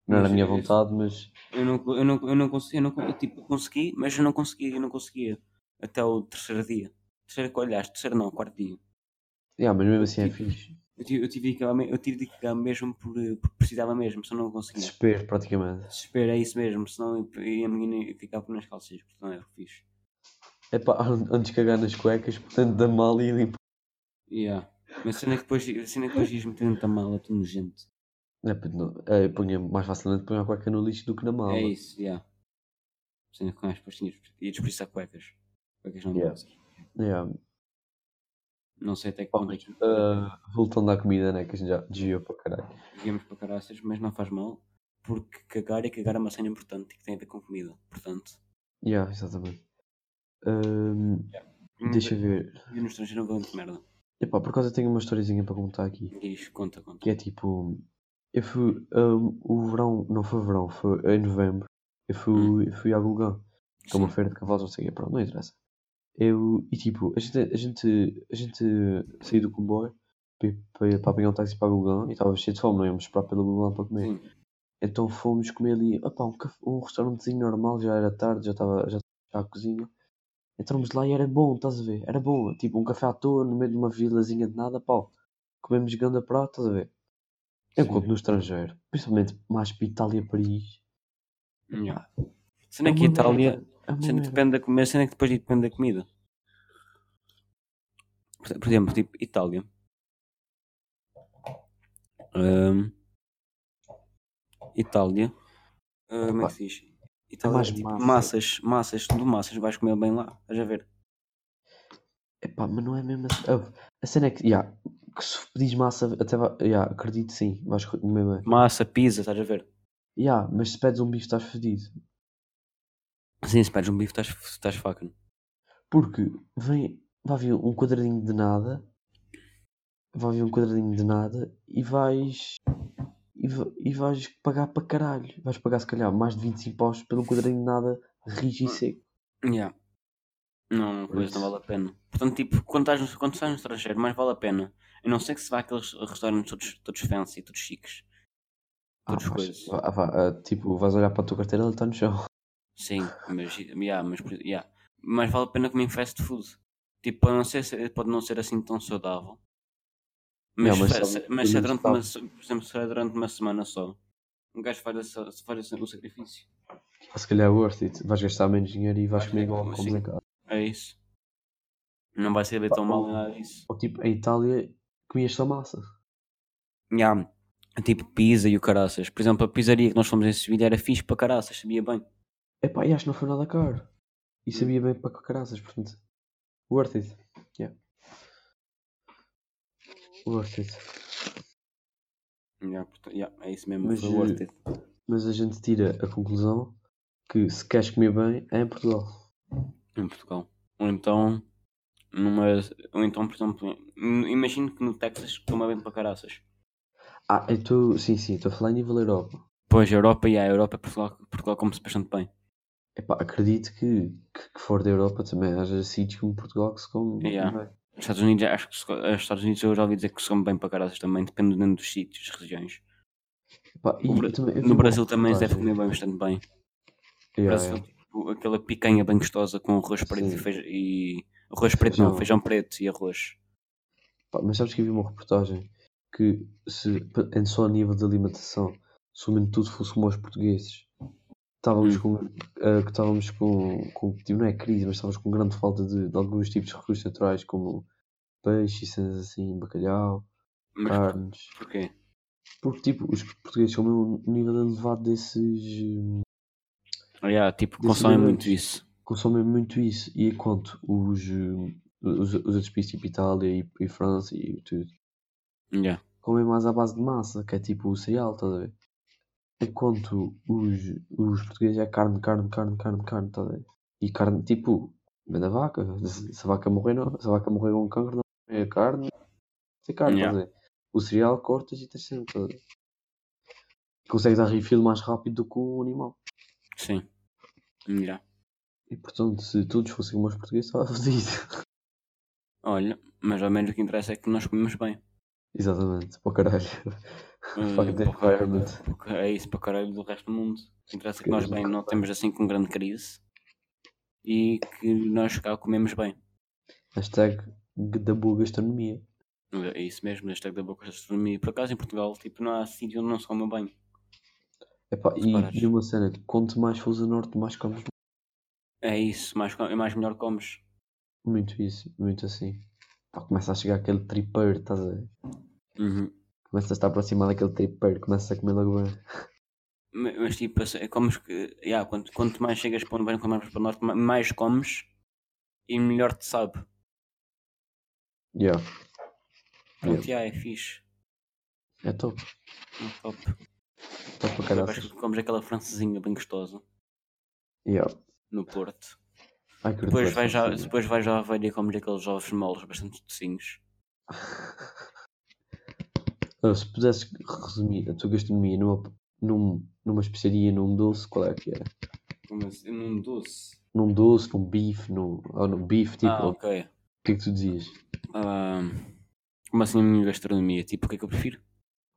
[SPEAKER 3] não era a
[SPEAKER 2] Mas,
[SPEAKER 3] minha
[SPEAKER 2] eh,
[SPEAKER 3] vontade, mas,
[SPEAKER 2] Eu não, eu não, eu não consegui, eu não, con- eu, tipo, consegui, mas eu não conseguia, eu não conseguia. Até o terceiro dia. Terceiro, aliás, terceiro não, quarto dia.
[SPEAKER 3] yeah, mas mesmo assim é
[SPEAKER 2] tipo,
[SPEAKER 3] fixe.
[SPEAKER 2] Eu tive, eu tive, que, eu tive de cagar mesmo por, eh, porque precisava mesmo, senão não conseguia.
[SPEAKER 3] Desespero, praticamente.
[SPEAKER 2] Desespero, é isso mesmo, senão eu ia menina ficar por nas calças, porque não é fixe.
[SPEAKER 3] Epá, an- antes de cagar nas cuecas, portanto, da mal e limpo.
[SPEAKER 2] Yeah. Mas a cena é que depois, a cena é que depois ias metendo na mala, tu nojento.
[SPEAKER 3] É, puto, não, eh, punha, mais facilmente punha a cueca no lixo do que na mala.
[SPEAKER 2] É isso, yeah. A cena que com as pastinhas, ia desperdiçar cuecas. Cuecas não
[SPEAKER 3] Yeah.
[SPEAKER 2] passas.
[SPEAKER 3] Yeah.
[SPEAKER 2] Não sei até que
[SPEAKER 3] Oh,
[SPEAKER 2] ponto é que
[SPEAKER 3] Ah, voltando à comida, né? Que a gente já desviou para caralho.
[SPEAKER 2] viemos para caraças, mas não faz mal, porque cagar e cagar é uma cena importante e que tem a ver com comida, portanto.
[SPEAKER 3] Yeah, exatamente.
[SPEAKER 2] É
[SPEAKER 3] Ahm, Hum. deixa eu ver.
[SPEAKER 2] Eu no estrangeiro não vou muito merda.
[SPEAKER 3] Epá, por acaso eu tenho uma historiazinha para contar aqui.
[SPEAKER 2] Diz, conta, conta.
[SPEAKER 3] Que é tipo. Eu fui. ahm, o verão. Não foi verão, foi em novembro. Eu
[SPEAKER 2] Hum.
[SPEAKER 3] fui, eu fui a Gulgã, que é uma
[SPEAKER 2] Sim.
[SPEAKER 3] feira de cavalos, não sei o quê. Pronto, não interessa. Eu. E tipo, a gente, a gente, a gente saiu do comboio para ir- para ir- para apanhar um táxi para Gulgã e estava cheio de fome, não íamos esperar pelo Gulgã para comer.
[SPEAKER 2] Sim.
[SPEAKER 3] Então fomos comer ali opá, um, caf- um restaurantezinho normal, já era tarde, já estava já, já a cozinha. Entramos lá e era bom, estás a ver? Era bom, tipo um café à toa no meio de uma vilazinha de nada, pau. Comemos ganda prato, estás a ver? Enquanto no estrangeiro, principalmente mais para Itália, Paris.
[SPEAKER 2] Yeah. Cena
[SPEAKER 3] é
[SPEAKER 2] que a
[SPEAKER 3] uma
[SPEAKER 2] Itália.
[SPEAKER 3] merda, é uma
[SPEAKER 2] Cena que
[SPEAKER 3] merda.
[SPEAKER 2] depende da comida, cena que depois depende da comida. Por por exemplo, tipo, Itália. Ahm, Itália. ah, como é que se diz? Itália,
[SPEAKER 3] mais
[SPEAKER 2] tipo,
[SPEAKER 3] massa.
[SPEAKER 2] massas, massas, tudo massas, vais comer bem lá, estás a ver?
[SPEAKER 3] Epá, mas não é mesmo assim. Ah, a cena é que, yeah, que se pedis massa, até vai, yeah, acredito sim, vais comer bem.
[SPEAKER 2] Massa, pizza, estás a ver?
[SPEAKER 3] Yeah, mas se pedes um bife estás fedido.
[SPEAKER 2] Sim, se pedes um bife, estás, estás fucking.
[SPEAKER 3] Porque vem, vai vir um quadradinho de nada, vai vir um quadradinho de nada e vais. E, va- e vais pagar para caralho. Vais pagar se calhar mais de 25 paus por um quadradinho de nada
[SPEAKER 2] Hum,
[SPEAKER 3] rijo e seco.
[SPEAKER 2] Yeah. Não,
[SPEAKER 3] Por
[SPEAKER 2] pois não
[SPEAKER 3] isso.
[SPEAKER 2] vale a pena. Portanto, tipo, quando estás, no- quando estás no estrangeiro, mais vale a pena. A não ser que se vá àqueles restaurantes todos, todos fancy, todos chiques.
[SPEAKER 3] Ah,
[SPEAKER 2] Todas as
[SPEAKER 3] vais-
[SPEAKER 2] coisas.
[SPEAKER 3] ah, vá, ah, tipo, vais olhar para a tua carteira, ela está no chão.
[SPEAKER 2] Sim, mas, yeah, mas, por- yeah. mas vale a pena comer em fast food. Tipo, pode não ser, se- pode não ser assim tão saudável. Mas,
[SPEAKER 3] Não, mas
[SPEAKER 2] fa-
[SPEAKER 3] sabe-
[SPEAKER 2] se,
[SPEAKER 3] pelo
[SPEAKER 2] mas se é
[SPEAKER 3] menos
[SPEAKER 2] durante uma, se- por exemplo, se é durante uma semana só, um gajo faz, essa- faz esse- o sacrifício.
[SPEAKER 3] Ou se calhar é worth it. Vais gastar menos dinheiro e vais
[SPEAKER 2] Vais
[SPEAKER 3] comer
[SPEAKER 2] ter
[SPEAKER 3] igual
[SPEAKER 2] como
[SPEAKER 3] comes
[SPEAKER 2] assim.
[SPEAKER 3] em casa.
[SPEAKER 2] É isso. Não vai ser bem tão mal é nada disso.
[SPEAKER 3] Ou tipo, em Itália comias só massa.
[SPEAKER 2] Yeah. Tipo pizza e o caraças. Por exemplo, a pizzaria que nós fomos em Sevilha era fixe para caraças, sabia bem.
[SPEAKER 3] Epá, e acho que não foi nada caro. E
[SPEAKER 2] Hum.
[SPEAKER 3] sabia bem para caraças, portanto. Worth it. Yeah. Worth it.
[SPEAKER 2] Yeah, portanto, yeah, é isso mesmo,
[SPEAKER 3] Mas,
[SPEAKER 2] foi worth it.
[SPEAKER 3] Mas a gente tira a conclusão que se queres comer bem é em Portugal.
[SPEAKER 2] Em Portugal. Ou então, numa, ou então, por exemplo, im- imagino que no Texas coma bem para caraças.
[SPEAKER 3] Ah, eu estou. Sim, sim, estou a falar em nível Europa.
[SPEAKER 2] Pois, a Europa e a Europa, Portugal, Portugal come-se bastante bem.
[SPEAKER 3] Epá, acredito que, que, que fora da Europa também haja sítios como Portugal que se come
[SPEAKER 2] Yeah.
[SPEAKER 3] bem.
[SPEAKER 2] Nos Estados Unidos, acho que se co- os Estados Unidos eu já ouvi dizer que se come bem para caraças também, dependendo dos sítios, das regiões.
[SPEAKER 3] Epá, e
[SPEAKER 2] O Bra-
[SPEAKER 3] eu também- eu vi
[SPEAKER 2] no
[SPEAKER 3] uma
[SPEAKER 2] Brasil também se deve
[SPEAKER 3] reportagem.
[SPEAKER 2] comer bem bastante bem.
[SPEAKER 3] Yeah,
[SPEAKER 2] Brasil,
[SPEAKER 3] yeah.
[SPEAKER 2] tipo, aquela picanha bem gostosa com arroz preto e,
[SPEAKER 3] Sim.
[SPEAKER 2] feijão, e arroz preto não,
[SPEAKER 3] Feijão.
[SPEAKER 2] feijão preto e arroz.
[SPEAKER 3] Pá, mas sabes que eu vi uma reportagem que se, em só a nível de alimentação, se o menu de tudo fosse como aos portugueses, Estávamos com, eh, que estávamos com, com, tipo, não é crise, mas estávamos com grande falta de, de alguns tipos de recursos naturais, como peixe, e cenas assim, bacalhau,
[SPEAKER 2] Mas
[SPEAKER 3] carnes.
[SPEAKER 2] porquê?
[SPEAKER 3] Porque, tipo, os portugueses são mesmo um nível elevado desses. eh,
[SPEAKER 2] Yeah, tipo,
[SPEAKER 3] Desse
[SPEAKER 2] consomem
[SPEAKER 3] nível
[SPEAKER 2] muito
[SPEAKER 3] de-
[SPEAKER 2] isso.
[SPEAKER 3] consomem muito isso. E enquanto os, eh, os, os outros países, tipo Itália e, e França e tudo,
[SPEAKER 2] Yeah.
[SPEAKER 3] comem mais à base de massa, que é tipo o cereal, estás a ver? Enquanto os, os portugueses é carne, carne, carne, carne, carne, estás a ver? E carne, tipo, vem da vaca. Se se a vaca morrer, não. Se a vaca morrer com cancro, não. É carne, é carne,
[SPEAKER 2] Yeah.
[SPEAKER 3] estás a ver? O cereal cortas e tens sempre, estás a ver? Consegues dar refill mais rápido do que o animal.
[SPEAKER 2] Sim. Yeah.
[SPEAKER 3] E portanto, se todos fossem como os portugueses, estava fodido.
[SPEAKER 2] Olha, mas ao menos o que interessa é que nós comemos bem.
[SPEAKER 3] Exatamente, para o caralho.
[SPEAKER 2] Eh,
[SPEAKER 3] Fuck the
[SPEAKER 2] para o caralho-
[SPEAKER 3] environment.
[SPEAKER 2] para o ca- É isso para caralho do resto do mundo. O que interessa é que
[SPEAKER 3] Que
[SPEAKER 2] nós
[SPEAKER 3] Deus
[SPEAKER 2] bem
[SPEAKER 3] nos
[SPEAKER 2] não temos assim com grande crise e que nós cá comemos bem.
[SPEAKER 3] Hashtag da boa gastronomia.
[SPEAKER 2] É isso mesmo, hashtag da boca de astronomia. Por acaso em Portugal, tipo, não há sítio onde não se coma bem.
[SPEAKER 3] Epá, e,
[SPEAKER 2] Reparaste?
[SPEAKER 3] e uma cena, quanto mais fores a norte, mais comes
[SPEAKER 2] É isso, mais, co- é mais melhor comes.
[SPEAKER 3] muito isso, muito assim. Pá, começa a chegar aquele tripeiro, estás a ver? Uhum. Começas a estar aproximado daquele tripeiro, começas a comer logo bem.
[SPEAKER 2] Ma- Mas tipo, assim, é comes que. Yeah, quanto, quanto mais chegas para onde bem, quanto mais vais para o norte, ma- mais comes e melhor te sabe.
[SPEAKER 3] Yeah,
[SPEAKER 2] Pronto, yeah, é fixe.
[SPEAKER 3] é top,
[SPEAKER 2] É top.
[SPEAKER 3] top para
[SPEAKER 2] Depois
[SPEAKER 3] caraças.
[SPEAKER 2] que comes aquela francesinha bem gostosa
[SPEAKER 3] Yeah.
[SPEAKER 2] no Porto.
[SPEAKER 3] Ai, que
[SPEAKER 2] Depois
[SPEAKER 3] gostoso,
[SPEAKER 2] vais, já,
[SPEAKER 3] sim.
[SPEAKER 2] depois vais já a velha e comes aqueles ovos moles bastante docinhos.
[SPEAKER 3] Ah, Se pudesses resumir a tua gastronomia numa, num, numa especiaria, num doce, qual é que era?
[SPEAKER 2] Como assim? Num doce.
[SPEAKER 3] Num doce, num bife, num, ou num bife, tipo,
[SPEAKER 2] Ah,
[SPEAKER 3] ou- o
[SPEAKER 2] ok.
[SPEAKER 3] que é que tu dizias?
[SPEAKER 2] Ah, como assim a minha gastronomia? Tipo, o que é que eu prefiro?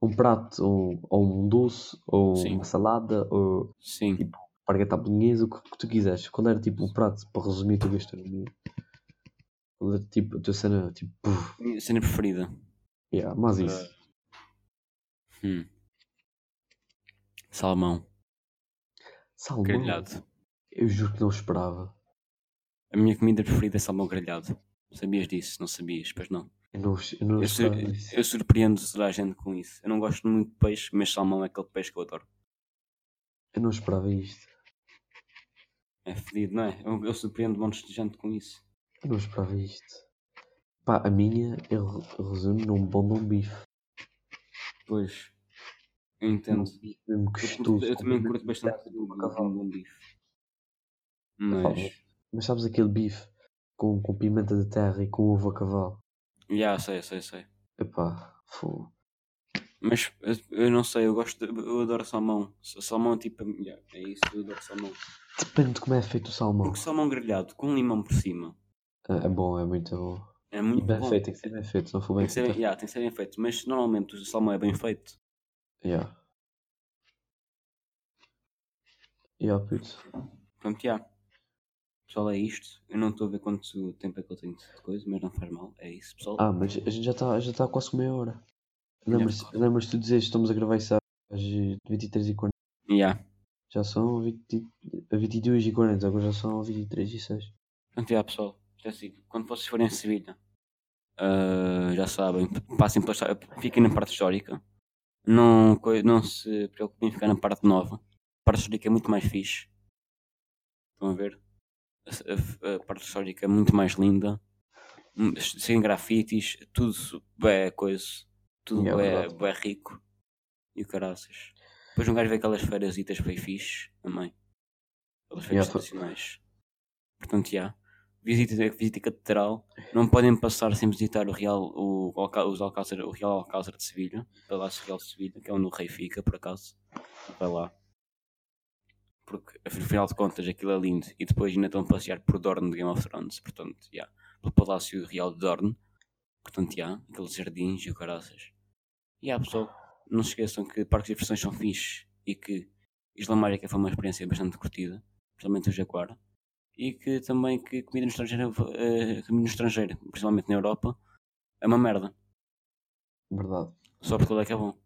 [SPEAKER 3] Um prato, ou, ou um doce, ou
[SPEAKER 2] Sim.
[SPEAKER 3] uma salada, ou
[SPEAKER 2] Sim.
[SPEAKER 3] Tipo. Pargueta à bolonhesa, o que, que tu quiseres. Qual era tipo o prato para resumir a tua gastronomia? Qual era tipo a tua cena? Tipo, puf,
[SPEAKER 2] Minha cena preferida.
[SPEAKER 3] yeah, mas
[SPEAKER 2] É.
[SPEAKER 3] isso.
[SPEAKER 2] Hum. Salmão.
[SPEAKER 3] Salmão.
[SPEAKER 2] Grelhado.
[SPEAKER 3] Eu juro que não esperava.
[SPEAKER 2] A minha comida preferida é salmão grelhado. Sabias disso? Não sabias? Pois não.
[SPEAKER 3] Eu não, eu não
[SPEAKER 2] Eu, sur-
[SPEAKER 3] esperava isso.
[SPEAKER 2] eu surpreendo toda a gente com isso. Eu não gosto muito de peixe, mas salmão é aquele peixe que eu adoro.
[SPEAKER 3] Eu não esperava isto.
[SPEAKER 2] É fedido, não é? Eu, eu surpreendo montes de gente com isso.
[SPEAKER 3] Eu não esperava isto. Pá, a minha, eu re- resumo num bom num bife.
[SPEAKER 2] Pois. Eu entendo.
[SPEAKER 3] Num Um bife mesmo
[SPEAKER 2] Eu,
[SPEAKER 3] gostoso.
[SPEAKER 2] curto- eu também
[SPEAKER 3] com-
[SPEAKER 2] curto bastante do do- do bom bife. Mas.
[SPEAKER 3] Mas sabes aquele bife com, com pimenta de terra e com ovo a cavalo?
[SPEAKER 2] Já, sei, sei, sei.
[SPEAKER 3] Epá, fogo.
[SPEAKER 2] Mas eu- eu não sei, eu gosto, de- eu adoro salmão. S- Salmão é tipo, yeah, é isso, eu adoro salmão.
[SPEAKER 3] Depende de como é feito o salmão.
[SPEAKER 2] Porque salmão grelhado com limão por cima
[SPEAKER 3] É é bom, é muito bom.
[SPEAKER 2] é
[SPEAKER 3] E
[SPEAKER 2] muito
[SPEAKER 3] bem
[SPEAKER 2] bom.
[SPEAKER 3] feito, tem que ser bem feito, se não for
[SPEAKER 2] Tem
[SPEAKER 3] bem
[SPEAKER 2] que ser,
[SPEAKER 3] feito.
[SPEAKER 2] yeah, tem que ser bem feito, mas normalmente o salmão é bem feito.
[SPEAKER 3] Yeah. Yeah, puto.
[SPEAKER 2] Pronto, já. Pessoal, é isto. Eu não estou a ver quanto tempo é que eu tenho de coisa, mas não faz mal. É isso, pessoal.
[SPEAKER 3] Ah, mas a gente já está já tá quase meia hora.
[SPEAKER 2] Já
[SPEAKER 3] Lembras-te
[SPEAKER 2] tá.
[SPEAKER 3] lembras tu de dizer que estamos a gravar isso às 23 h 40
[SPEAKER 2] Yeah.
[SPEAKER 3] Já são 20, 22 h 40 agora já são 23 e 6.
[SPEAKER 2] Pronto, já, pessoal. Já sigo. Quando vocês forem a Sevilha, ah, já sabem, passem pela história, fiquem na parte histórica. Não, coi- não se preocupem em ficar na parte nova. A parte histórica é muito mais fixe. Estão a ver? A, s- a f- a parte histórica é muito mais linda. Hum, s- Sem grafites, tudo é coisa. Tudo
[SPEAKER 3] É
[SPEAKER 2] é,
[SPEAKER 3] verdade.
[SPEAKER 2] é rico. E o caraças. Depois um gajo vê aquelas feiras bem fixe também. Aquelas feiras
[SPEAKER 3] Yeah, foi-
[SPEAKER 2] tradicionais. Portanto, já. Visitem visite a catedral. Não podem passar sem visitar o Real, o, Alca- os Alcácer, o Real Alcázar de Sevilha. Palácio Real de Sevilha, que é onde o rei fica, por acaso. Vai lá. Porque, afinal de contas, aquilo é lindo. E depois ainda estão a passear por Dorne de Game of Thrones. Portanto, já. Pelo Palácio Real de Dorne. Portanto, já. Aqueles jardins e o caraças. E há, pessoal. Não se esqueçam que parques de diversões são fixe. E que Isla Mágica foi uma experiência bastante curtida. Principalmente o Jaguar e que também que comida no estrangeiro, eh, comida no estrangeiro, principalmente na Europa, é uma merda.
[SPEAKER 3] Verdade.
[SPEAKER 2] Só Portugal é que é bom.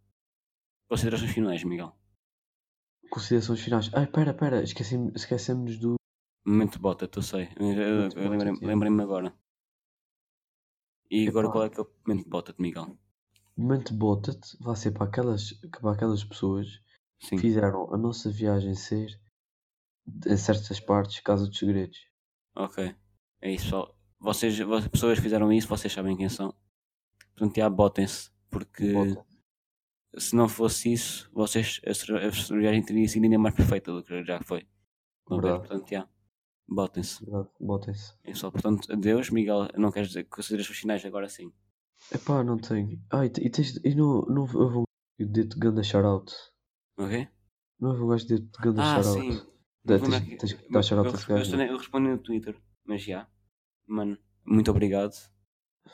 [SPEAKER 2] Considerações finais, Miguel.
[SPEAKER 3] Considerações finais. Ah, pera, pera, esquecemos- esquecemos do.
[SPEAKER 2] Momento bota, tu sei. Eu, eu-
[SPEAKER 3] Momento
[SPEAKER 2] eu lembrei-
[SPEAKER 3] bota, sim.
[SPEAKER 2] lembrei-me agora. E agora
[SPEAKER 3] Epá.
[SPEAKER 2] qual é que é o momento bota de Miguel?
[SPEAKER 3] Momento bota-te vai ser para aquelas, para aquelas pessoas
[SPEAKER 2] Sim.
[SPEAKER 3] que fizeram a nossa viagem ser, em certas partes, Casa dos Segredos.
[SPEAKER 2] Ok. É isso, pessoal. Vocês, vo- pessoas que fizeram isso, vocês sabem quem são. Portanto, já botem-se. Porque
[SPEAKER 3] Bota.
[SPEAKER 2] se não fosse isso, vocês, a sua a sua viagem teria sido ainda mais perfeita do que já foi. Estão a ver?
[SPEAKER 3] Verdade.
[SPEAKER 2] Portanto, já. Botem-se.
[SPEAKER 3] Verdade, botem-se.
[SPEAKER 2] É só. Portanto, adeus, Miguel. Não queres dizer, consideras os sinais agora sim.
[SPEAKER 3] Epá, não tenho. Ah, e, te- e tens. E não, não eu vou. Eu dedo de ganda shoutout.
[SPEAKER 2] Ok?
[SPEAKER 3] Não eu gosto de dedo de ganda
[SPEAKER 2] Ah,
[SPEAKER 3] shoutout.
[SPEAKER 2] sim.
[SPEAKER 3] Dá-
[SPEAKER 2] Vou mandar
[SPEAKER 3] tens,
[SPEAKER 2] aqui-
[SPEAKER 3] tens que
[SPEAKER 2] eu-
[SPEAKER 3] dar shoutout a esse
[SPEAKER 2] eu, eu,
[SPEAKER 3] gajo. né?
[SPEAKER 2] respondi- eu respondi no Twitter, mas já. Mano, muito obrigado.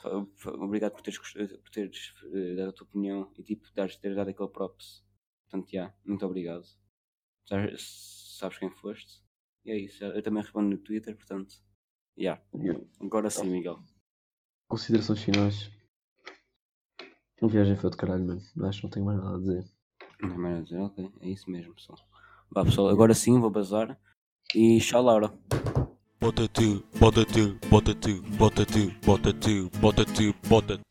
[SPEAKER 2] Fa- fa- Obrigado por teres, gost- por teres eh, dado a tua opinião e tipo, dares, teres dado aquele props. Portanto, já, muito obrigado. Já sabes quem foste. E é isso, eu também respondo no Twitter, portanto. já.
[SPEAKER 3] Yeah.
[SPEAKER 2] Agora
[SPEAKER 3] Tá.
[SPEAKER 2] sim, Miguel.
[SPEAKER 3] Considerações finais. A viagem foi de caralho, mano. Acho que não tenho mais nada a dizer.
[SPEAKER 2] Não tem mais nada a dizer, ok, é isso mesmo, pessoal. Vá, pessoal, agora sim vou bazar. E tchau, Laura.
[SPEAKER 1] Bota-te, bota-te, bota-te, bota-te, bota-te, bota-te, bota-te, bota-te.